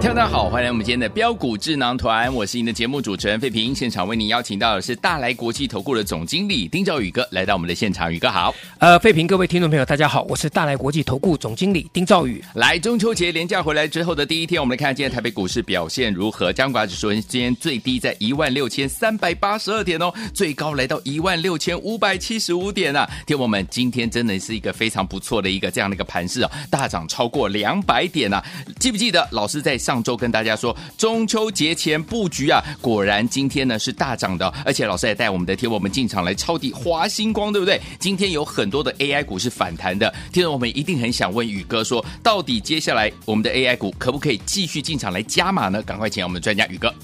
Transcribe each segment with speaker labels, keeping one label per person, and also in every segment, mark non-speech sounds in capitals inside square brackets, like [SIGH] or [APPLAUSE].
Speaker 1: 听众大家好，欢迎来我们今天的标股智囊团，我是您的节目主持人费平。现场为您邀请到的是大来国际投顾的总经理丁兆宇哥来到我们的现场，宇哥好。
Speaker 2: 呃，费评各位听众朋友，大家好，我是大来国际投顾总经理丁兆宇。
Speaker 1: 来，中秋节连假回来之后的第一天，我们来看今天台北股市表现如何。加权指数今天最低在一万六千三百八十二点哦，最高来到一万六千五百七十五点啊。天我们今天真的是一个非常不错的一个这样的一个盘势哦，大涨超过两百点啊。记不记得老师在上周跟大家说中秋节前布局啊？果然今天呢是大涨的哦，而且老师也带我们的天我们进场来抄底华星光，对不对？今天有很多的 AI 股是反弹的，听众我们一定很想问宇哥说，到底接下来我们的 AI 股可不可以继续进场来加码呢？赶快请我们的专家宇哥。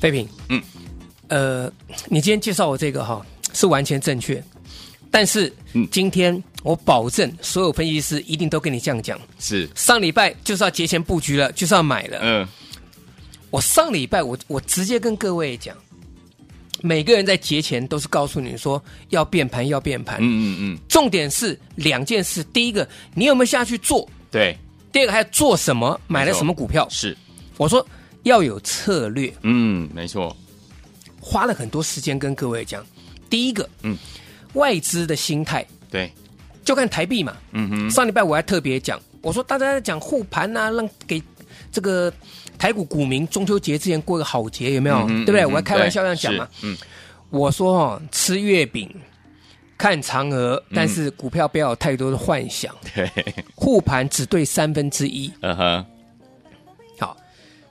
Speaker 2: 费评，
Speaker 1: 嗯，
Speaker 2: 呃，你今天介绍我这个哈是完全正确，但是
Speaker 1: 嗯
Speaker 2: 今天我保证所有分析师一定都跟你这样讲。
Speaker 1: 是，
Speaker 2: 上礼拜就是要节前布局了，就是要买了。
Speaker 1: 嗯，
Speaker 2: 我上礼拜我我直接跟各位讲，每个人在节前都是告诉你说要变盘，要变盘。
Speaker 1: 嗯嗯嗯，
Speaker 2: 重点是两件事，第一个你有没有下去做，
Speaker 1: 对，
Speaker 2: 第二个还要做什么，买了什么股票。
Speaker 1: 是，
Speaker 2: 我说要有策略，
Speaker 1: 嗯，没错，
Speaker 2: 花了很多时间跟各位讲。第一个，
Speaker 1: 嗯，
Speaker 2: 外资的心态
Speaker 1: 对，
Speaker 2: 就看台币嘛。
Speaker 1: 嗯哼，
Speaker 2: 上礼拜我还特别讲，我说大家在讲护盘啊，让给这个台股股民中秋节之前过个好节，有没有？
Speaker 1: 嗯哼
Speaker 2: 对不对？
Speaker 1: 嗯哼
Speaker 2: 我还开玩笑这样讲嘛。，
Speaker 1: 是嗯，
Speaker 2: 我说哦，吃月饼。看嫦娥，但是股票不要有太多的幻想。
Speaker 1: 对，
Speaker 2: 护盘只对三分之一，
Speaker 1: 嗯哼，
Speaker 2: 好，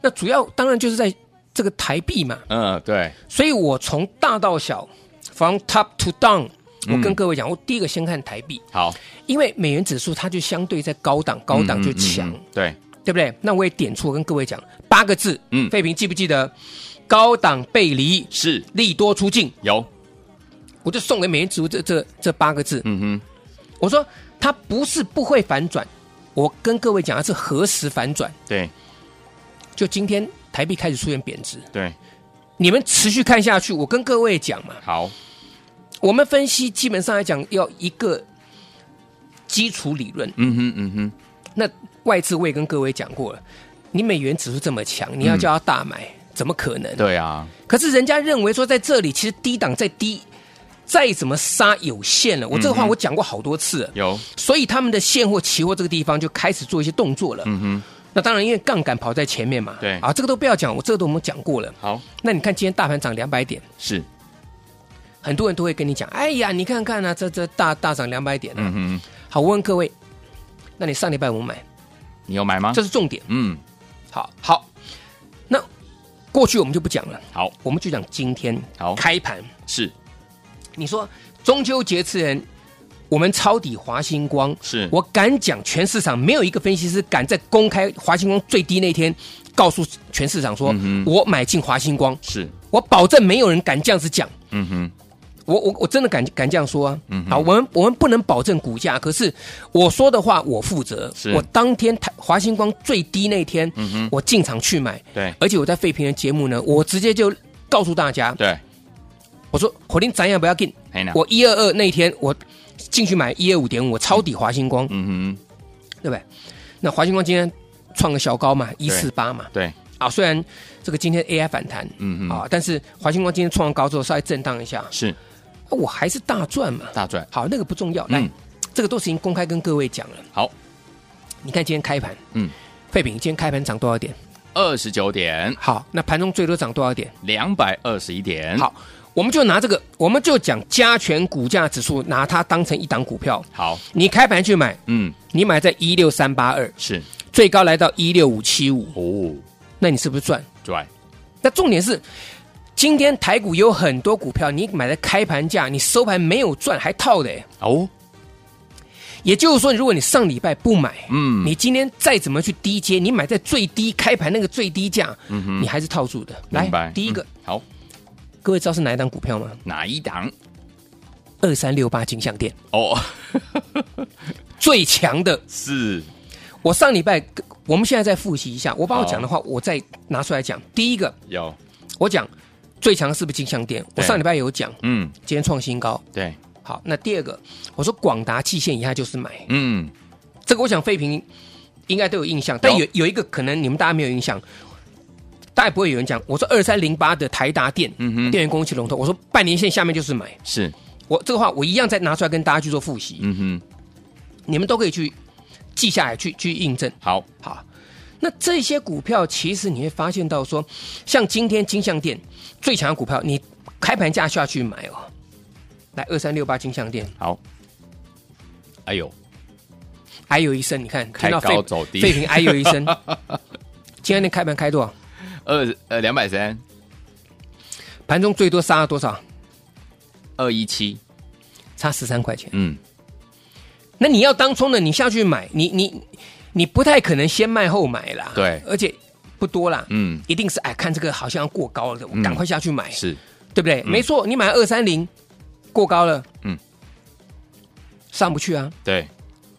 Speaker 2: 那主要当然就是在这个台币嘛。
Speaker 1: 嗯，对，
Speaker 2: 所以我从大到小，from top to down，我
Speaker 1: 嗯
Speaker 2: 跟各位讲，我第一个先看台币，
Speaker 1: 好，
Speaker 2: 因为美元指数它就相对在高档，高档就
Speaker 1: 嗯嗯嗯
Speaker 2: 强，
Speaker 1: 嗯对，
Speaker 2: 对不对？那我也点出，我跟各位讲八个字，
Speaker 1: 嗯
Speaker 2: 费平记不记得？高档背离，
Speaker 1: 是
Speaker 2: 利多出尽，
Speaker 1: 有，
Speaker 2: 我就送给美元指数这这这八个字。
Speaker 1: 嗯哼，
Speaker 2: 我说它不是不会反转，我跟各位讲，它是何时反转？
Speaker 1: 对
Speaker 2: 就今天台币开始出现贬值，
Speaker 1: 对，
Speaker 2: 你们持续看下去，我跟各位讲嘛，
Speaker 1: 好，
Speaker 2: 我们分析基本上来讲要一个基础理论。
Speaker 1: 嗯哼嗯哼，
Speaker 2: 那外资我也跟各位讲过了，你美元指数这么强，你要叫它大买，怎么可能？
Speaker 1: 对啊，
Speaker 2: 可是人家认为说在这里其实低档再低，再怎么杀有限了。我
Speaker 1: 嗯
Speaker 2: 这个话我讲过好多次了，
Speaker 1: 有，
Speaker 2: 所以他们的现货、期货这个地方就开始做一些动作了。
Speaker 1: 嗯哼，
Speaker 2: 那当然，因为杠杆跑在前面嘛，
Speaker 1: 对
Speaker 2: 啊，这个都不要讲，我这个都我们讲过了。
Speaker 1: 好，
Speaker 2: 那你看今天大盘涨两百点，
Speaker 1: 是，
Speaker 2: 很多人都会跟你讲，哎呀，你看看啊，这这大大涨两百点啊，
Speaker 1: 嗯哼，
Speaker 2: 好，我问各位，那你上礼拜五买，
Speaker 1: 你有买吗
Speaker 2: 这？是重点。
Speaker 1: 嗯，
Speaker 2: 好，好，那过去我们就不讲了，
Speaker 1: 好，
Speaker 2: 我们就讲今天
Speaker 1: 好
Speaker 2: 开盘。
Speaker 1: 是
Speaker 2: 你说中秋节之人，我们抄底华星光，
Speaker 1: 是，
Speaker 2: 我敢讲，全市场没有一个分析师敢在公开华星光最低那天告诉全市场说，
Speaker 1: 嗯哼
Speaker 2: 我买进华星光，
Speaker 1: 是，
Speaker 2: 我保证没有人敢这样子讲。
Speaker 1: 嗯哼，
Speaker 2: 我我我真的敢敢这样说啊！
Speaker 1: 嗯哼
Speaker 2: 好，我们我们不能保证股价，可是我说的话我负责
Speaker 1: 是。
Speaker 2: 我当天台华星光最低那天，
Speaker 1: 嗯哼，
Speaker 2: 我进场去买，
Speaker 1: 对
Speaker 2: 而且我在废评的节目呢，我直接就告诉大家，
Speaker 1: 对，
Speaker 2: 我说火定咱也不要进，
Speaker 1: 黑娜，
Speaker 2: 我一二二那一天我进去买一二五点五，我抄底华星光，
Speaker 1: 嗯哼，
Speaker 2: 对不对？那华星光今天创个小高嘛，一四八嘛，
Speaker 1: 对，
Speaker 2: 啊，虽然这个今天 AI 反弹。
Speaker 1: 嗯哼，
Speaker 2: 啊，但是华星光今天创高之后稍微震荡一下，啊
Speaker 1: 是
Speaker 2: 我还是大赚嘛。
Speaker 1: 大赚，
Speaker 2: 好，那个不重要，来，
Speaker 1: 嗯，
Speaker 2: 这个都是已经公开跟各位讲了。
Speaker 1: 好，
Speaker 2: 你看今天开盘，
Speaker 1: 嗯，
Speaker 2: 废品今天开盘涨多少点？
Speaker 1: 二十九点，
Speaker 2: 好，那盘中最多涨多少点？
Speaker 1: 两百二十一点，，
Speaker 2: 好，我们就拿这个，我们就讲加权股价指数，拿它当成一档股票。
Speaker 1: 好，
Speaker 2: 你开盘去买，
Speaker 1: 嗯，
Speaker 2: 你买在一六三八二，
Speaker 1: 是，
Speaker 2: 最高来到一六五七五，
Speaker 1: 哦，
Speaker 2: 那你是不是赚？
Speaker 1: 赚，
Speaker 2: 那重点是，今天台股有很多股票，你买的开盘价，你收盘没有赚还套的耶。
Speaker 1: 哦，
Speaker 2: 也就是说，如果你上礼拜不买，
Speaker 1: 嗯
Speaker 2: 你今天再怎么去低接，你买在最低开盘那个最低价，你还是套住的。
Speaker 1: 嗯明白
Speaker 2: 来，。第一个
Speaker 1: 嗯，好，
Speaker 2: 各位知道是哪一档股票吗？
Speaker 1: 哪一档？
Speaker 2: 二三六八金项店
Speaker 1: 哦，
Speaker 2: 最强的。
Speaker 1: 是，
Speaker 2: 我上礼拜，我们现在再复习一下，我把我讲的话，我再拿出来讲。第一个，
Speaker 1: 有，
Speaker 2: 我讲最强是不是金项店？我
Speaker 1: 对
Speaker 2: 上礼拜有讲，
Speaker 1: 嗯，
Speaker 2: 今天创新高。
Speaker 1: 对，
Speaker 2: 好，那第二个，我说广达期限以下就是买，
Speaker 1: 嗯，
Speaker 2: 这个我想废品应该都有印象，但
Speaker 1: 有
Speaker 2: 有有一个可能你们大家没有印象，大家不会有人讲，我说二三零八的台达电，
Speaker 1: 嗯哼
Speaker 2: 电源供应器龙头，我说半年线下面就是买，
Speaker 1: 是，
Speaker 2: 我这个话我一样再拿出来跟大家去做复习，
Speaker 1: 嗯哼，
Speaker 2: 你们都可以去记下来，去去印证。
Speaker 1: 好，
Speaker 2: 好，那这些股票其实你会发现到说，像今天金项店最强的股票，你开盘价下去买哦，来二三六八金项店，
Speaker 1: 好。哎呦，
Speaker 2: 哎呦一声，你看
Speaker 1: 开
Speaker 2: 听到
Speaker 1: 高
Speaker 2: 废
Speaker 1: 走低
Speaker 2: 废品哎呦一
Speaker 1: [LAUGHS]
Speaker 2: 声，今天的开盘开多少？
Speaker 1: 二呃两百三
Speaker 2: 盘中最多杀了多少？
Speaker 1: 二一七，
Speaker 2: 差十三块钱。
Speaker 1: 嗯，
Speaker 2: 那你要当冲的，你下去买，你你你不太可能先卖后买啦。
Speaker 1: 对
Speaker 2: 而且不多啦。
Speaker 1: 嗯
Speaker 2: 一定是哎，看这个好像要过高了，我
Speaker 1: 嗯
Speaker 2: 赶快下去买，
Speaker 1: 是，
Speaker 2: 对不对？没错，你买二三零，过高了，
Speaker 1: 嗯，
Speaker 2: 上不去啊。
Speaker 1: 对，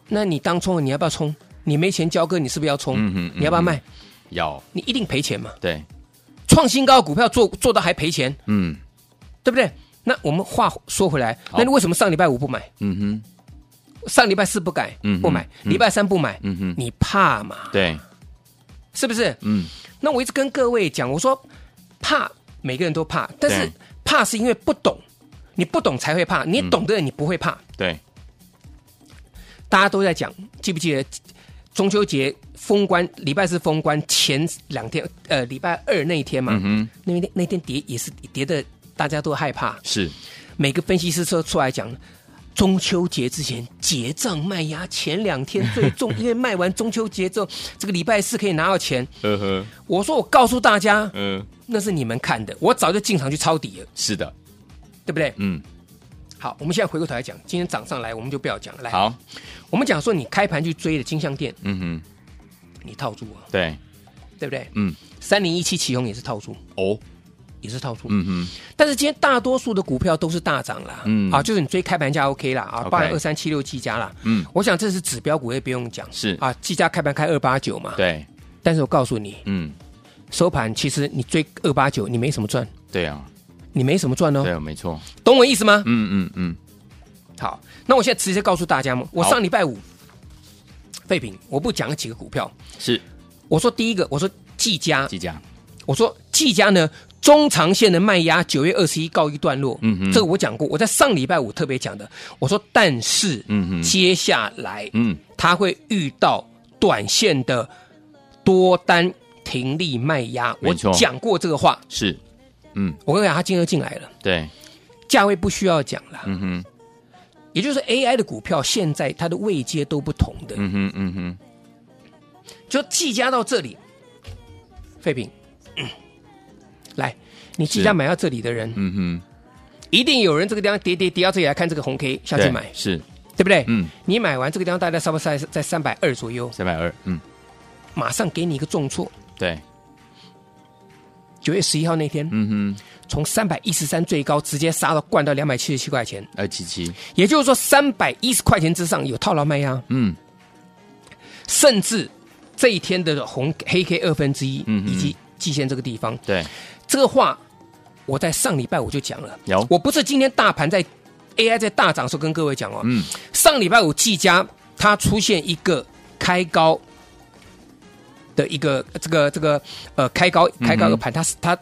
Speaker 2: 那你当冲的，你要不要冲？你没钱交割，你是不是要冲？
Speaker 1: 嗯哼嗯哼
Speaker 2: 你要不要卖？
Speaker 1: 要，
Speaker 2: 你一定赔钱嘛。
Speaker 1: 对，
Speaker 2: 创新高的股票做做到还赔钱，
Speaker 1: 嗯
Speaker 2: 对不对？那我们话说回来，
Speaker 1: 好
Speaker 2: 那你为什么上礼拜五不买？
Speaker 1: 嗯
Speaker 2: 上礼拜四不改，
Speaker 1: 嗯哼
Speaker 2: 不买；
Speaker 1: 嗯
Speaker 2: 礼拜三不买，
Speaker 1: 嗯哼
Speaker 2: 你怕嘛
Speaker 1: 哼，？对，
Speaker 2: 是不是？
Speaker 1: 嗯
Speaker 2: 那我一直跟各位讲，我说怕，每个人都怕，但是
Speaker 1: 对
Speaker 2: 怕是因为不懂，你不懂才会怕，你懂的人你不会怕。
Speaker 1: 对，
Speaker 2: 大家都在讲，记不记得中秋节封关，礼拜四封关前两天，呃，礼拜二那一天嘛，
Speaker 1: 嗯哼，
Speaker 2: 那天那天跌也是跌的，大家都害怕。
Speaker 1: 是，
Speaker 2: 每个分析师都出来讲，中秋节之前结账卖压前两天最
Speaker 1: [LAUGHS]
Speaker 2: 重，因为卖完中秋节之后，这个礼拜四可以拿到钱。
Speaker 1: 呵呵，
Speaker 2: 我说我告诉大家，
Speaker 1: 嗯，
Speaker 2: 那是你们看的，我早就进场去抄底了，
Speaker 1: 是的，
Speaker 2: 对不对？
Speaker 1: 嗯，
Speaker 2: 好，我们现在回过头来讲，今天涨上来我们就不要讲了。来，
Speaker 1: 好，
Speaker 2: 我们讲说你开盘去追的金项店，
Speaker 1: 嗯
Speaker 2: 你套住啊，
Speaker 1: 哼，对，
Speaker 2: 对不对？
Speaker 1: 嗯，
Speaker 2: 三零一七旗宏也是套住，
Speaker 1: 哦，
Speaker 2: 也是套住。
Speaker 1: 嗯哼，
Speaker 2: 但是今天大多数的股票都是大涨啦，
Speaker 1: 嗯
Speaker 2: 啊，就是你追开盘价 OK 啦，啊，
Speaker 1: OK
Speaker 2: 包含二三七六七家啦，
Speaker 1: 嗯，
Speaker 2: 我想这是指标股，也不用讲，
Speaker 1: 是
Speaker 2: 啊，技嘉开盘开二八九嘛，，
Speaker 1: 对，
Speaker 2: 但是我告诉你，
Speaker 1: 嗯，
Speaker 2: 收盘其实你追二八九，你没什么赚，
Speaker 1: 对啊，
Speaker 2: 你没什么赚哦，
Speaker 1: 对啊，没错，
Speaker 2: 懂我意思吗？
Speaker 1: 嗯嗯嗯，
Speaker 2: 好，那我现在直接告诉大家嘛，我
Speaker 1: 好
Speaker 2: 上礼拜五，废品，我不讲几个股票，
Speaker 1: 是
Speaker 2: 我说第一个，我说技嘉，
Speaker 1: 即将，
Speaker 2: 我说技嘉呢。中长线的卖压，九月二十一告一段落。
Speaker 1: 嗯哼
Speaker 2: 这个我讲过，我在上礼拜五特别讲的。我说，但是，
Speaker 1: 嗯哼
Speaker 2: 接下来，
Speaker 1: 嗯，
Speaker 2: 它会遇到短线的多单停利卖压。
Speaker 1: 没
Speaker 2: 我
Speaker 1: 错
Speaker 2: 讲过这个话，
Speaker 1: 是，嗯，
Speaker 2: 我跟你讲，它今天就进来了，
Speaker 1: 对，
Speaker 2: 价位不需要讲了。
Speaker 1: 嗯哼，
Speaker 2: 也就是 AI 的股票，现在它的位阶都不同的。
Speaker 1: 嗯哼，嗯哼，
Speaker 2: 就技嘉到这里，废品，来，你技
Speaker 1: 是
Speaker 2: 嘉买到这里的人，
Speaker 1: 嗯哼，
Speaker 2: 一定有人这个地方跌跌跌到这里来看这个红 K 下去
Speaker 1: 对
Speaker 2: 买，
Speaker 1: 是，
Speaker 2: 对不对？
Speaker 1: 嗯，
Speaker 2: 你买完这个地方大概差不多在在三百二左右，
Speaker 1: 三百二，嗯，
Speaker 2: 马上给你一个重挫。
Speaker 1: 对，
Speaker 2: 九月十一号那天，
Speaker 1: 嗯哼，
Speaker 2: 从三百一十三最高直接杀到灌到两百七十七块钱，
Speaker 1: 二七七，
Speaker 2: 也就是说三百一十块钱之上有套牢卖压，
Speaker 1: 嗯，
Speaker 2: 甚至这一天的红黑 K 二分之一
Speaker 1: 嗯嗯
Speaker 2: 以及季线这个地方，
Speaker 1: 对，
Speaker 2: 这个话我在上礼拜我就讲了，
Speaker 1: 有
Speaker 2: 我不是今天大盘在 AI 在大涨的时候跟各位讲哦，
Speaker 1: 嗯，
Speaker 2: 上礼拜五技嘉它出现一个开高的一个这个这个呃开高
Speaker 1: 嗯
Speaker 2: 开高的盘，它它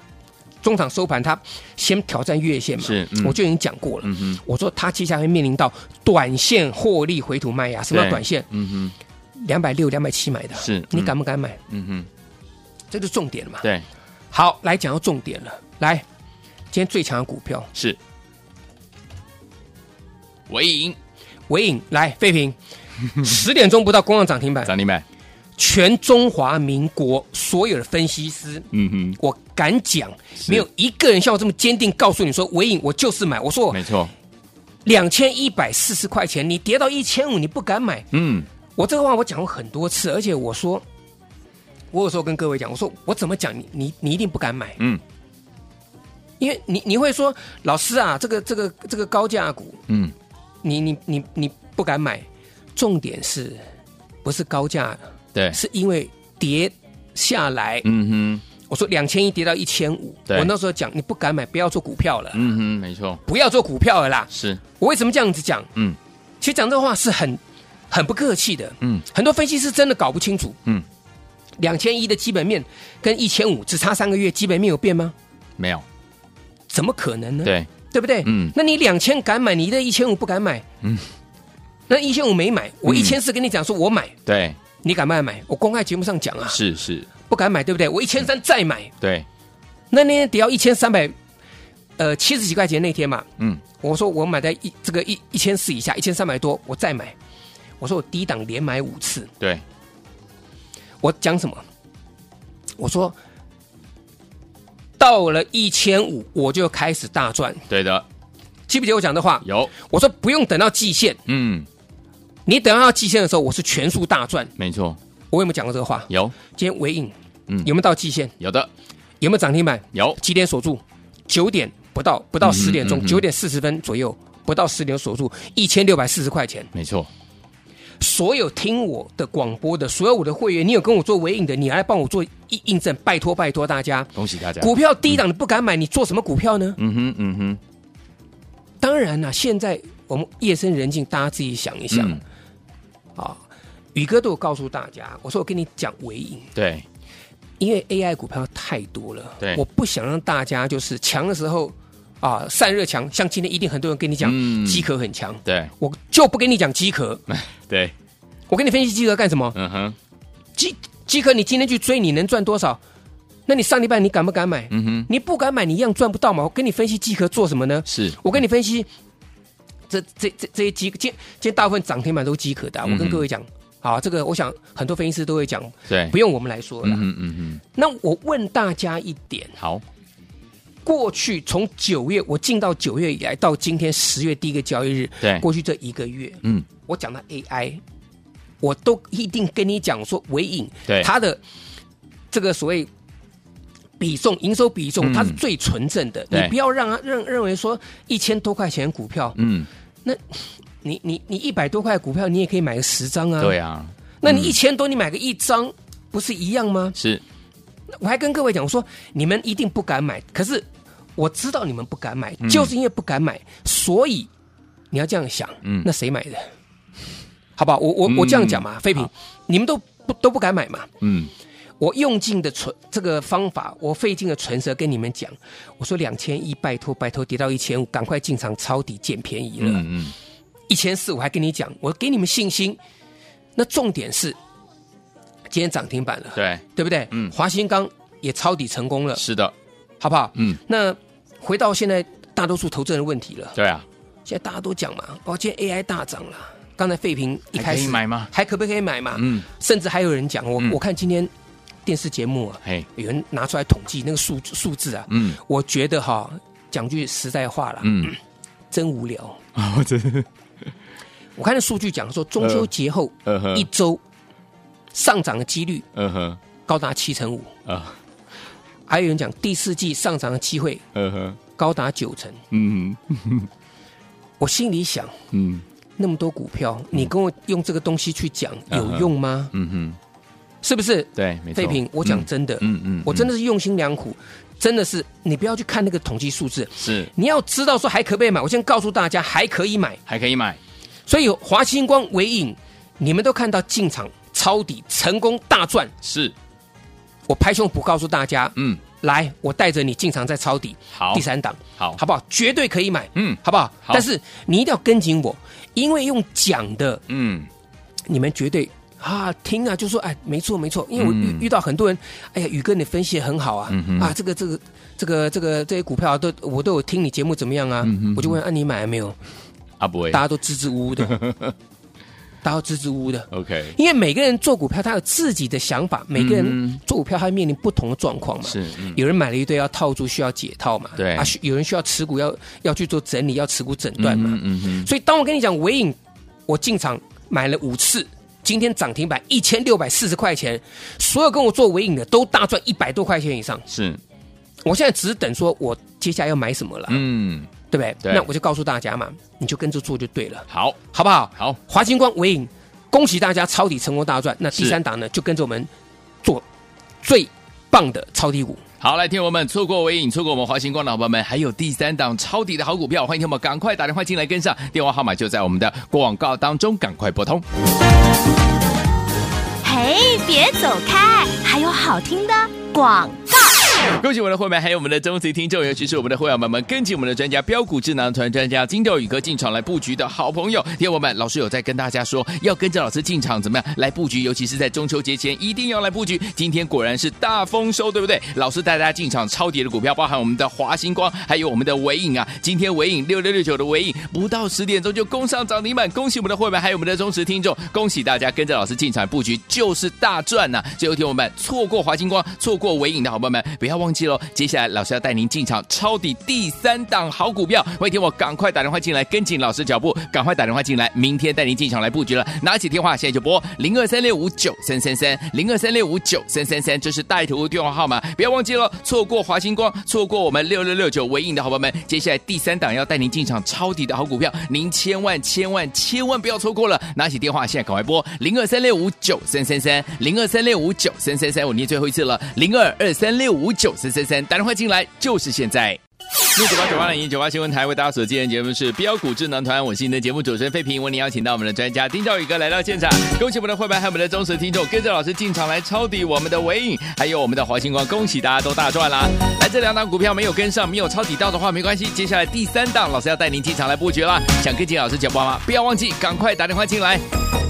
Speaker 2: 中场收盘它先挑战月线嘛，
Speaker 1: 是嗯
Speaker 2: 我就已经讲过了，
Speaker 1: 嗯哼，
Speaker 2: 我说它接下来会面临到短线获利回吐卖压，什么叫
Speaker 1: 对
Speaker 2: 短线？
Speaker 1: 嗯
Speaker 2: 两百六两百七买的，
Speaker 1: 是
Speaker 2: 你
Speaker 1: 嗯
Speaker 2: 敢不敢买？
Speaker 1: 哼，嗯哼，
Speaker 2: 这就是重点了嘛。
Speaker 1: 对，
Speaker 2: 好，来讲到重点了，来，今天最强的股票
Speaker 1: 是，尾影
Speaker 2: 尾影，来废品，十点钟不到攻上涨停板，
Speaker 1: 涨停板，
Speaker 2: 全中华民国所有的分析师，
Speaker 1: 嗯哼，
Speaker 2: 我敢讲，没有一个人像我这么坚定告诉你说，伟影我就是买。我说我
Speaker 1: 没错，
Speaker 2: 两千一百四十块钱，你跌到一千五，你不敢买。
Speaker 1: 嗯，
Speaker 2: 我这个话我讲过很多次，而且我说，我有时候跟各位讲，我说我怎么讲，你你你一定不敢买，
Speaker 1: 嗯，
Speaker 2: 因为你你会说，老师啊，这个这个这个高价股，
Speaker 1: 嗯，
Speaker 2: 你你你你不敢买，重点是不是高价，
Speaker 1: 对，
Speaker 2: 是因为跌下来，
Speaker 1: 嗯哼，
Speaker 2: 我说两千一跌到一千五，
Speaker 1: 对
Speaker 2: 我那时候讲你不敢买，不要做股票了，
Speaker 1: 嗯哼，没错，
Speaker 2: 不要做股票了啦。
Speaker 1: 是，
Speaker 2: 我为什么这样子讲？
Speaker 1: 嗯
Speaker 2: 其实讲这话是很很不客气的，
Speaker 1: 嗯，
Speaker 2: 很多分析师真的搞不清楚，
Speaker 1: 嗯，
Speaker 2: 两千一的基本面跟一千五只差三个月，基本面有变吗？
Speaker 1: 没有，
Speaker 2: 怎么可能呢？，
Speaker 1: 对，
Speaker 2: 不对？
Speaker 1: 嗯
Speaker 2: 那你两千敢买，你的一千五不敢买，嗯，那一千五没买，我
Speaker 1: 嗯
Speaker 2: 一千四跟你讲说我买，
Speaker 1: 对，
Speaker 2: 你敢不敢买？我公开节目上讲啊，
Speaker 1: 是是，
Speaker 2: 不敢买，对不对？我一千三再买，
Speaker 1: 对，
Speaker 2: 那那天跌到一千三百，呃，七十几块钱那天嘛，
Speaker 1: 嗯，
Speaker 2: 我说我买在一这个一一千四以下，一千三百多，我再买。我说我低档连买五次，
Speaker 1: 对，
Speaker 2: 我讲什么？我说到了一千五我就开始大赚，
Speaker 1: 对的，
Speaker 2: 记不记得我讲的话？
Speaker 1: 有，
Speaker 2: 我说不用等到季线，
Speaker 1: 嗯，
Speaker 2: 你等到季线的时候，我是全数大赚。
Speaker 1: 没错，
Speaker 2: 我有没有讲过这个话？
Speaker 1: 有，
Speaker 2: 今天尾影，
Speaker 1: 嗯
Speaker 2: 有没有到季线？
Speaker 1: 有的，
Speaker 2: 有没有涨停板？
Speaker 1: 有，
Speaker 2: 几点锁住？九点不到，不到
Speaker 1: 嗯
Speaker 2: 十点
Speaker 1: 嗯
Speaker 2: 钟，
Speaker 1: 嗯
Speaker 2: 九、点四十分左右，不到十点锁住一千六百四十块钱。
Speaker 1: 没错，
Speaker 2: 所有听我的广播的，所有我的会员，你有跟我做尾影的，你来帮我做印印证，拜托拜托大家。
Speaker 1: 恭喜大家，
Speaker 2: 股票低档你不敢买，你做什么股票呢？
Speaker 1: 嗯哼，嗯哼，
Speaker 2: 当然啦、现在我们夜深人静，大家自己想一想
Speaker 1: 嗯
Speaker 2: 啊。宇哥都有告诉大家，我说我跟你讲尾影，
Speaker 1: 对，
Speaker 2: 因为 AI 股票太多了，
Speaker 1: 对
Speaker 2: 我不想让大家就是强的时候啊散热强，像今天一定很多人跟你讲
Speaker 1: 嗯
Speaker 2: 机壳很强，
Speaker 1: 对，
Speaker 2: 我就不跟你讲机壳，
Speaker 1: 对，
Speaker 2: 我跟你分析机壳干什么？
Speaker 1: 嗯哼，
Speaker 2: 机机壳你今天去追，你能赚多少？那你上礼拜你敢不敢买？
Speaker 1: 嗯哼，
Speaker 2: 你不敢买，你一样赚不到嘛。我跟你分析机壳做什么呢？
Speaker 1: 是，
Speaker 2: 我跟你分析，这这这这些机，今今天大部分涨停板都是机壳的啊、
Speaker 1: 嗯
Speaker 2: 我跟各位讲，好，这个我想很多分析师都会讲，
Speaker 1: 对
Speaker 2: 不，用我们来说了
Speaker 1: 嗯
Speaker 2: 啦。
Speaker 1: 哼，嗯
Speaker 2: 那我问大家一点
Speaker 1: 哼，：好，
Speaker 2: 过去从九月我进到九月以来，到今天十月第一个交易日，
Speaker 1: 对，
Speaker 2: 过去这一个月，
Speaker 1: 嗯，
Speaker 2: 我讲到 AI，我都一定跟你讲说，微影
Speaker 1: 对
Speaker 2: 它的这个所谓比重、营收比重，
Speaker 1: 嗯
Speaker 2: 它是最纯正的。
Speaker 1: 对
Speaker 2: 你不要让它认认为说一千多块钱股票，
Speaker 1: 嗯，
Speaker 2: 你你你一百多块股票，你也可以买个十张啊。
Speaker 1: 对啊，
Speaker 2: 那你
Speaker 1: 嗯
Speaker 2: 一千多，你买个一张，不是一样吗？
Speaker 1: 是，
Speaker 2: 我还跟各位讲，我说你们一定不敢买，可是我知道你们不敢买，
Speaker 1: 嗯
Speaker 2: 就是因为不敢买，所以你要这样想，
Speaker 1: 嗯
Speaker 2: 那谁买的？好不好？我我
Speaker 1: 嗯
Speaker 2: 我这样讲嘛，废品
Speaker 1: 好，
Speaker 2: 你们都不都不敢买嘛。
Speaker 1: 嗯，
Speaker 2: 我用尽的唇这个方法，我费尽了唇舌跟你们讲，我说两千一，拜托拜托，跌到一千五，赶快进场抄底捡便宜了。
Speaker 1: 嗯嗯，
Speaker 2: 一千四我还跟你讲，我给你们信心。那重点是，今天涨停板了，
Speaker 1: 对，
Speaker 2: 对不对？
Speaker 1: 嗯
Speaker 2: 华新钢也抄底成功了，
Speaker 1: [LAUGHS] 是的，
Speaker 2: 好不好？
Speaker 1: 嗯，
Speaker 2: 那回到现在大多数投资人的问题了，
Speaker 1: 对啊，
Speaker 2: 现在大家都讲嘛，哦，今天 AI 大涨了。刚才费平一开
Speaker 1: 还可以
Speaker 2: 始
Speaker 1: 买吗
Speaker 2: 还可不可以买嘛？
Speaker 1: 嗯，
Speaker 2: 甚至还有人讲，我、
Speaker 1: 嗯
Speaker 2: 我看今天电视节目啊，
Speaker 1: 嘿，
Speaker 2: 有人拿出来统计那个数数字啊，
Speaker 1: 嗯
Speaker 2: 我觉得哈，讲句实在话啦， [COUGHS]
Speaker 1: 嗯，
Speaker 2: 真无
Speaker 1: [LAUGHS]
Speaker 2: 聊。
Speaker 1: 我真是，
Speaker 2: 我看那数据讲说，中秋节后
Speaker 1: 嗯哼
Speaker 2: 一周上涨的几率
Speaker 1: 嗯哼，
Speaker 2: 高达七成五，
Speaker 1: 啊，
Speaker 2: 还有人讲第四季上涨的机会
Speaker 1: 嗯哼，
Speaker 2: 高达九成。
Speaker 1: 嗯
Speaker 2: 我心里想，
Speaker 1: 嗯
Speaker 2: 那么多股票，你跟我用这个东西去讲
Speaker 1: 嗯
Speaker 2: 有用吗？
Speaker 1: 嗯哼，
Speaker 2: 是不是？
Speaker 1: 对，没错，
Speaker 2: 废品，我讲真的，
Speaker 1: 嗯嗯，
Speaker 2: 我真的是用心良苦，真的是你不要去看那个统计数字，
Speaker 1: 嗯是
Speaker 2: 你要知道说还可不可以买。我先告诉大家，还可以买。
Speaker 1: 还可以买，
Speaker 2: 所以有华星光、微影，你们都看到进场抄底成功大赚，
Speaker 1: 是，
Speaker 2: 我拍胸脯告诉大家，
Speaker 1: 嗯，
Speaker 2: 来，我带着你进场再抄底
Speaker 1: 好，
Speaker 2: 第，三档，
Speaker 1: 好，
Speaker 2: 好不好？绝对可以买，
Speaker 1: 嗯
Speaker 2: 好不好？
Speaker 1: 好
Speaker 2: 但是你一定要跟紧我，因为用讲的，
Speaker 1: 嗯，
Speaker 2: 你们绝对啊听啊，就说哎，没错没错，因为我遇、
Speaker 1: 嗯
Speaker 2: 遇到很多人，哎呀，宇哥你分析的很好啊，
Speaker 1: 嗯哼
Speaker 2: 啊，这个这个这个这个这些股票、啊、都我都有听你节目怎么样啊？
Speaker 1: 嗯哼
Speaker 2: 我就问，啊，你买了没有？
Speaker 1: 阿伯， [LAUGHS]
Speaker 2: 大家都支支吾吾的。大家要支支吾吾的。
Speaker 1: OK，
Speaker 2: 因为每个人做股票，他有自己的想法，每
Speaker 1: 嗯
Speaker 2: 个人做股票，他会面临不同的状况嘛。
Speaker 1: 是嗯
Speaker 2: 有人买了一堆要套住，需要解套嘛。
Speaker 1: 对
Speaker 2: 啊，需有人需要持股要要去做整理，要持股诊断嘛。
Speaker 1: 嗯嗯嗯
Speaker 2: 所以当我跟你讲尾影，我进场买了五次，今天涨停板一千六百四十块钱，所有跟我做尾影的都大赚一百多块钱以上。
Speaker 1: 是，
Speaker 2: 我现在只是等说我接下来要买什么了，
Speaker 1: 嗯，
Speaker 2: 对不对？
Speaker 1: 对
Speaker 2: 那我就告诉大家嘛，你就跟着做就对了，
Speaker 1: 好，
Speaker 2: 好不好？
Speaker 1: 好，
Speaker 2: 华金光尾影，恭喜大家抄底成功大赚。那第
Speaker 1: 是
Speaker 2: 三档呢，就跟着我们做最棒的抄底股。
Speaker 1: 好，来，听我们错过微影，错过我们华星光的好朋友们，还有第三档抄底的好股票，欢迎我们赶快打电话进来跟上，电话号码就在我们的广告当中，赶快拨通。
Speaker 3: 嘿，别走开，还有好听的广。
Speaker 1: [LAUGHS] 恭喜我们的会员，还有我们的忠实听众，尤其是我们的会员们们，跟紧我们的专家标股智囊团专家金钓宇哥进场来布局的好朋友，听我们老师有在跟大家说，要跟着老师进场怎么样来布局，尤其是在中秋节前一定要来布局。今天果然是大丰收，对不对？老师带大家进场超跌的股票，包含我们的华星光，还有我们的伟影啊。今天伟影六六六九的伟影，不到十 [LAUGHS] 点钟就攻上涨停板，恭喜我们的会员，还有我们的忠实听众，恭喜大家跟着老师进场布局就是大赚呐、最后听我们错过华星光、错过伟影的好朋友们，不要忘记喽。接下来老师要带您进场抄底第三档好股票，欢迎听我赶快打电话进来，跟紧老师脚步，赶快打电话进来，明天带您进场来布局了。拿起电话现在就拨零二三六五九三三三零二三六五九三三三，这是带头电话号码，不要忘记喽。错过华星光，错过我们六六六九伟影的好朋友们，接下来第三档要带您进场抄底的好股票，您千万千万千万不要错过了。拿起电话现在赶快拨零二三六五九三三三零二三六五九三三三，我念最后一次了，零二二三六五九三三三，打电话进来就是现在。六九八九八零一九八新闻台为大家所见的节目是标股智囊团，我是你的节目主持人费平，为您邀请到我们的专家丁兆宇哥来到现场，恭喜我们的会员还有我们的忠实听众跟着老师进场来抄底我们的尾影，还有我们的华星光，恭喜大家都大赚啦！来这两档股票没有跟上，没有抄底到的话没关系，接下来第三档老师要带您进场来布局啦，想跟进老师脚步吗？不要忘记赶快打电话进来。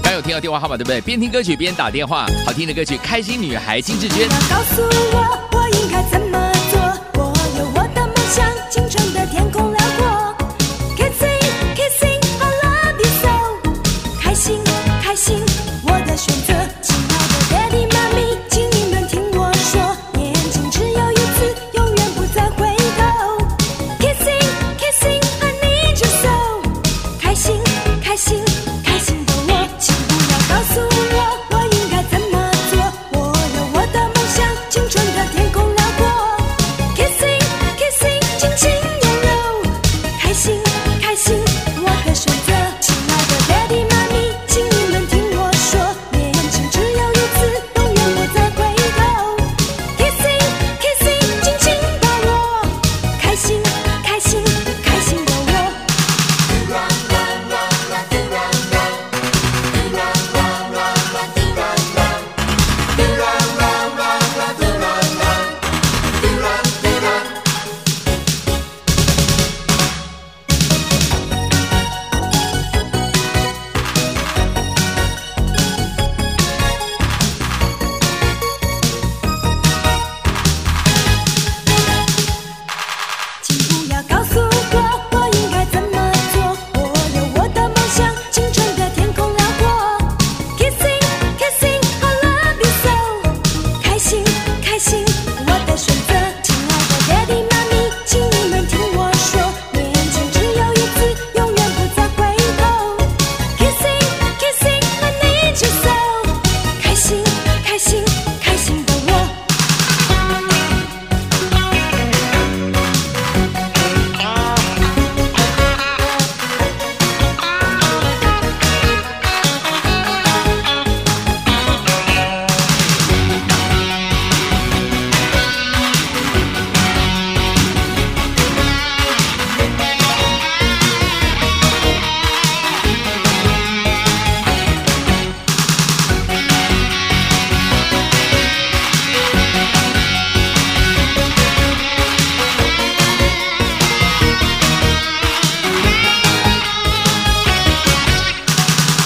Speaker 1: 刚有听到电话号码对不对？边听歌曲边打电话，好听的歌曲《开心女孩》金志娟。
Speaker 4: 告诉我，我应该怎么做？我有我的梦想，青春的天空辽阔。Kissing, kissing, I love you so。开心，开心，我的选择。亲爱的 Daddy、Mommy，请你们听我说，年轻只有一次，永远不再回头。Kissing, kissing, I need you so。开心，开心，开心的我，请不要告诉我，我应该怎么做？我有我的梦想，青春的天。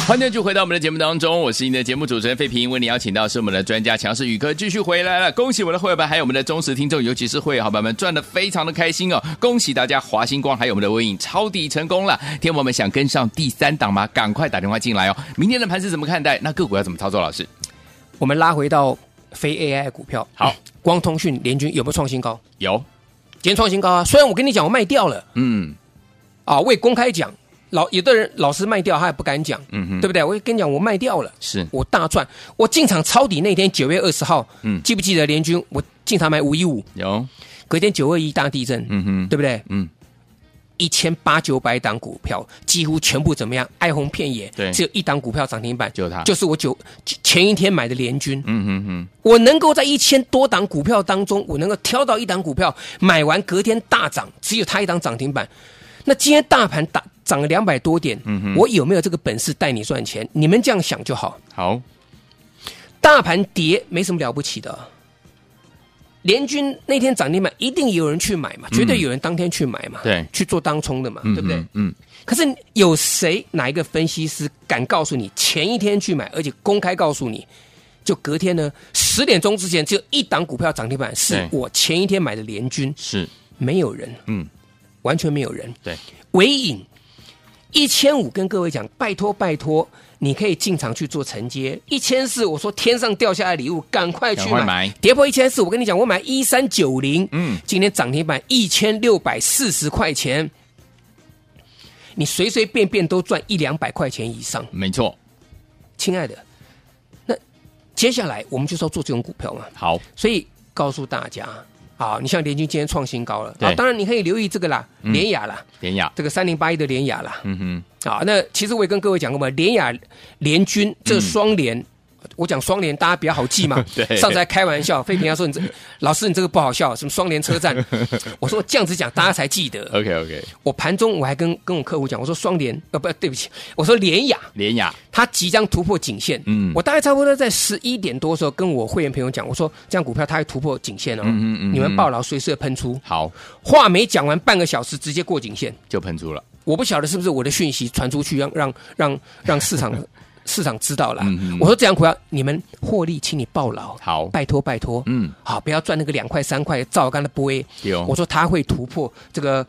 Speaker 1: 欢迎继续回到我们的节目当中，我是您的节目主持人费平，为您邀请到是我们的专家强势宇哥继续回来了，恭喜我们的会员们，还有我们的忠实听众，尤其是会员好朋友们赚的非常的开心哦，恭喜大家华星光还有我们的微影抄底成功了，天王们想跟上第三档吗？赶快打电话进来哦，明天的盘是怎么看待？那个股要怎么操作？老师，
Speaker 2: 我们拉回到非 AI 的股票，嗯
Speaker 1: 好，
Speaker 2: 光通讯联军有没有创新高？
Speaker 1: 有，
Speaker 2: 今天创新高啊！虽然我跟你讲我卖掉了
Speaker 1: 嗯
Speaker 2: 啊，未公开讲，老有的人老师卖掉他也不敢讲，
Speaker 1: 嗯哼
Speaker 2: 对不对？我跟你讲我卖掉了，
Speaker 1: 是
Speaker 2: 我大赚，我进场抄底那天九月二十号，
Speaker 1: 嗯
Speaker 2: 记不记得联军我进场买五一五，
Speaker 1: 有，
Speaker 2: 隔天九二一大地震，
Speaker 1: 嗯哼，
Speaker 2: 对不对？
Speaker 1: 嗯，
Speaker 2: 一千八九百档股票几乎全部怎么样？哀鸿遍野，
Speaker 1: 对
Speaker 2: 只有一档股票涨停板，
Speaker 1: 就是它
Speaker 2: 就是我九前一天买的联军，
Speaker 1: 嗯哼哼，
Speaker 2: 我能够在一千多档股票当中，我能够挑到一档股票买完隔天大涨，只有它一档涨停板。那今天大盘打涨了两百多点，
Speaker 1: 嗯
Speaker 2: 我有没有这个本事带你赚钱？你们这样想就好。
Speaker 1: 好，
Speaker 2: 大盘跌没什么了不起的，联军那天涨停板一定有人去买嘛，绝对有人当天去买嘛，
Speaker 1: 嗯对
Speaker 2: 去做当冲的嘛，对不对？
Speaker 1: 嗯，
Speaker 2: 可是有谁哪一个分析师敢告诉你前一天去买，而且公开告诉你，就隔天呢十点钟之前只有一档股票涨停板，是
Speaker 1: 对
Speaker 2: 我前一天买的联军，
Speaker 1: 是，
Speaker 2: 没有人，
Speaker 1: 嗯，
Speaker 2: 完全没有人。
Speaker 1: 对，
Speaker 2: 尾影一千五，跟各位讲，拜托拜托，你可以进场去做承接。一千四，我说天上掉下来的礼物，赶快去
Speaker 1: 赶快
Speaker 2: 买。
Speaker 1: 买
Speaker 2: 跌破一千四，我跟你讲，我买一三九零，
Speaker 1: 嗯
Speaker 2: 今天涨停板一千六百四十块钱，你随随便便都赚一两百块钱以上，
Speaker 1: 没错，
Speaker 2: 亲爱的。那接下来我们就是要做这种股票嘛，
Speaker 1: 好，
Speaker 2: 所以告诉大家。啊，你像联军今天创新高了，
Speaker 1: 对嗯
Speaker 2: 啊，当然你可以留意这个啦，联雅啦，
Speaker 1: 典雅，
Speaker 2: 这个三零八一的联雅啦，
Speaker 1: 嗯哼，
Speaker 2: 啊，那其实我也跟各位讲过嘛，联雅、联军这双联。我讲双联，大家比较好记嘛
Speaker 1: 嗯 [LAUGHS] 。对
Speaker 2: 上次还开玩笑，费平他说你这老师你这个不好笑，什么双联车
Speaker 1: [LAUGHS]
Speaker 2: 站，我说这样子讲大家才记得。
Speaker 1: ，OK OK，
Speaker 2: 我盘中我还跟跟我客户讲，我说双联，呃不对不起，我说联雅
Speaker 1: 典雅，
Speaker 2: 它即将突破颈线。
Speaker 1: 嗯
Speaker 2: 我大概差不多在十一点多的时候跟我会员朋友讲，我说这样股票它会突破颈线哦，
Speaker 1: 嗯嗯嗯嗯
Speaker 2: 你们抱牢随时会喷出。
Speaker 1: 好，
Speaker 2: 话没讲完，半个小时直接过颈线。
Speaker 1: 就喷出了，
Speaker 2: 我不晓得是不是我的讯息传出去让，让让让市场市场知道了。
Speaker 1: 嗯嗯
Speaker 2: 我说这样股票你们获利，请你抱牢，
Speaker 1: 好，
Speaker 2: 拜托拜托，
Speaker 1: 嗯，
Speaker 2: 好，不要赚那个两块三块，照刚的波 A。
Speaker 1: 有
Speaker 2: 我说它会突破这个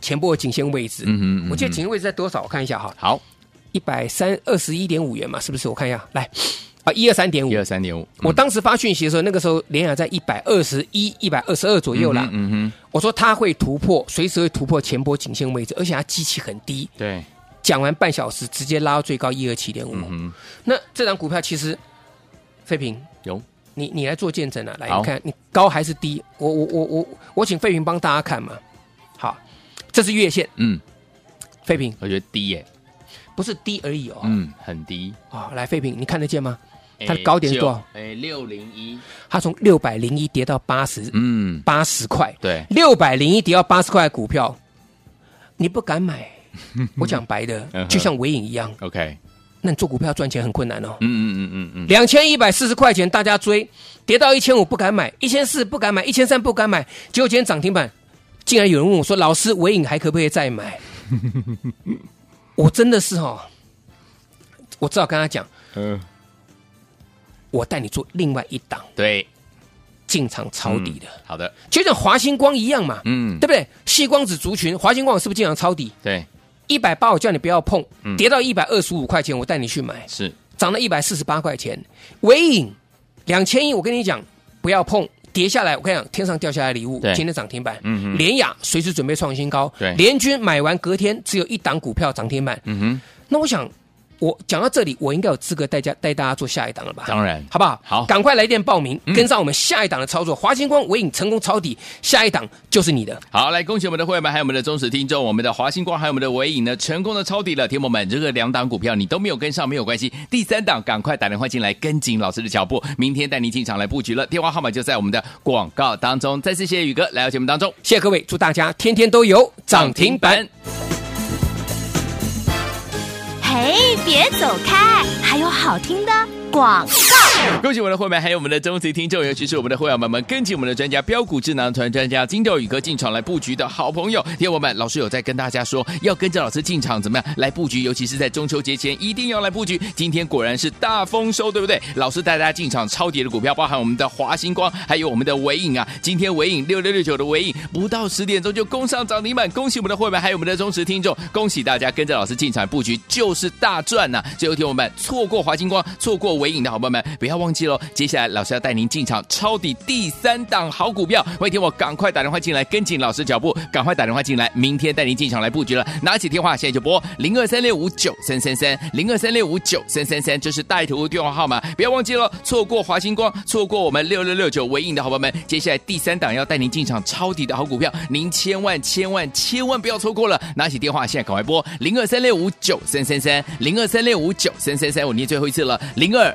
Speaker 2: 前波的颈线位置。
Speaker 1: 嗯哼嗯哼
Speaker 2: 我记得颈线位置在多少？我看一下哈，
Speaker 1: 好，
Speaker 2: 一百三二十一点五元嘛，是不是？我看一下，来啊，一二三点五
Speaker 1: 一。二三点五，嗯
Speaker 2: 我当时发讯息的时候，那个时候联想在一百二十一、一百二十二左右啦。
Speaker 1: 嗯哼，
Speaker 2: 我说它会突破，随时会突破前波颈线位置，而且它基期很低。
Speaker 1: 对，
Speaker 2: 讲完半小时，直接拉到最高一二七点五。
Speaker 1: 嗯哼，
Speaker 2: 那这档股票其实，费平，
Speaker 1: 有，
Speaker 2: 你你来做见证啊，来
Speaker 1: 好
Speaker 2: 你看你高还是低？我我我我我请费平帮大家看嘛。好，这是月线，
Speaker 1: 嗯，
Speaker 2: 费平
Speaker 1: 我觉得低耶，
Speaker 2: 不是低而已哦。
Speaker 1: 嗯，很低，
Speaker 2: 啊、来费平，你看得见吗？它的高点是多少？
Speaker 1: 哎，六零一，
Speaker 2: 它从六百零一跌到八十、
Speaker 1: 嗯，
Speaker 2: 八十块，
Speaker 1: 对，
Speaker 2: 六百零一跌到八十块的股票，你不
Speaker 1: [LAUGHS]
Speaker 2: 敢买。我讲白
Speaker 1: 嗯
Speaker 2: 的，
Speaker 1: 哼
Speaker 2: 就像尾影一样，
Speaker 1: OK，
Speaker 2: 那你做股票赚钱很困难哦。
Speaker 1: 嗯嗯嗯嗯嗯，
Speaker 2: 两千一百四十块钱，大家追，跌到一千五不敢买，一千四不敢买，一千三不敢买，结果今天涨停板，竟然有人问我说：“老师，尾影还可不可以再买？” [LAUGHS] 我真的是哦，我只好跟他讲，
Speaker 1: 嗯，
Speaker 2: 我带你做另外一档
Speaker 1: 对，
Speaker 2: 进场抄底的，
Speaker 1: 好的，
Speaker 2: 就像华星光一样嘛，
Speaker 1: 嗯
Speaker 2: 对，不对？细光子族群，华星光我是不是经常抄底？
Speaker 1: 对，
Speaker 2: 一百八我叫你不要碰，跌到一百二十五块钱，我带你去买。
Speaker 1: 是，
Speaker 2: 涨了一百四十八块钱，尾影两千亿，我跟你讲不要碰，跌下来我跟你讲天上掉下来的礼物
Speaker 1: 对，
Speaker 2: 今天涨停板，
Speaker 1: 嗯哼
Speaker 2: 联雅随时准备创新高，
Speaker 1: 对
Speaker 2: 联军买完隔天只有一档股票涨停板，
Speaker 1: 嗯哼，
Speaker 2: 那我想。我讲到这里，我应该有资格带家带大家做下一档了吧？
Speaker 1: 当然
Speaker 2: 好不好？
Speaker 1: 好
Speaker 2: 赶快来电报名，
Speaker 1: 嗯
Speaker 2: 跟上我们下一档的操作。华星光尾影成功抄底，下一档就是你的。
Speaker 1: 好，来恭喜我们的会员们，还有我们的忠实听众，我们的华星光，还有我们的伟影呢，成功的抄底了。天友们，这个两档股票你都没有跟上，没有关系，第三档赶快打电话进来，跟紧老师的脚步，明天带你进场来布局了。电话号码就在我们的广告当中。再次谢谢宇哥来到节目当中，
Speaker 2: 谢谢各位，祝大家天天都有涨停板。。
Speaker 3: 嘿，别走开，还有好听的广。
Speaker 1: 恭喜我们的会员，还有我们的忠实听众，尤其是我们的会员们们，跟紧我们的专家标股智囊团专家金兆宇哥进场来布局的好朋友。听我们，老师有在跟大家说，要跟着老师进场怎么样来布局，尤其是在中秋节前一定要来布局。今天果然是大丰收，对不对？老师带大家进场超跌的股票，包含我们的华星光，还有我们的伟影啊。今天伟影六六六九的伟影，不到十点钟就攻上涨停板，恭喜我们的会员，还有我们的忠实听众，恭喜大家跟着老师进场布局就是大赚呐、所以有听我们错过华星光、错过伟影的好朋友们，不要忘记喽。接下来老师要带您进场抄底第三档好股票，欢迎听我赶快打电话进来，跟紧老师脚步，赶快打电话进来，明天带您进场来布局了。拿起电话现在就拨零二三六五九三三三零二三六五九三三三，这是带头电话号码，不要忘记喽。错过华星光，错过我们六六六九尾影的好朋友们，接下来第三档要带您进场抄底的好股票，您千万千万千万不要错过了。拿起电话现在赶快拨零二三六五九三三三零二三六五九三三三，我念最后一次了，零二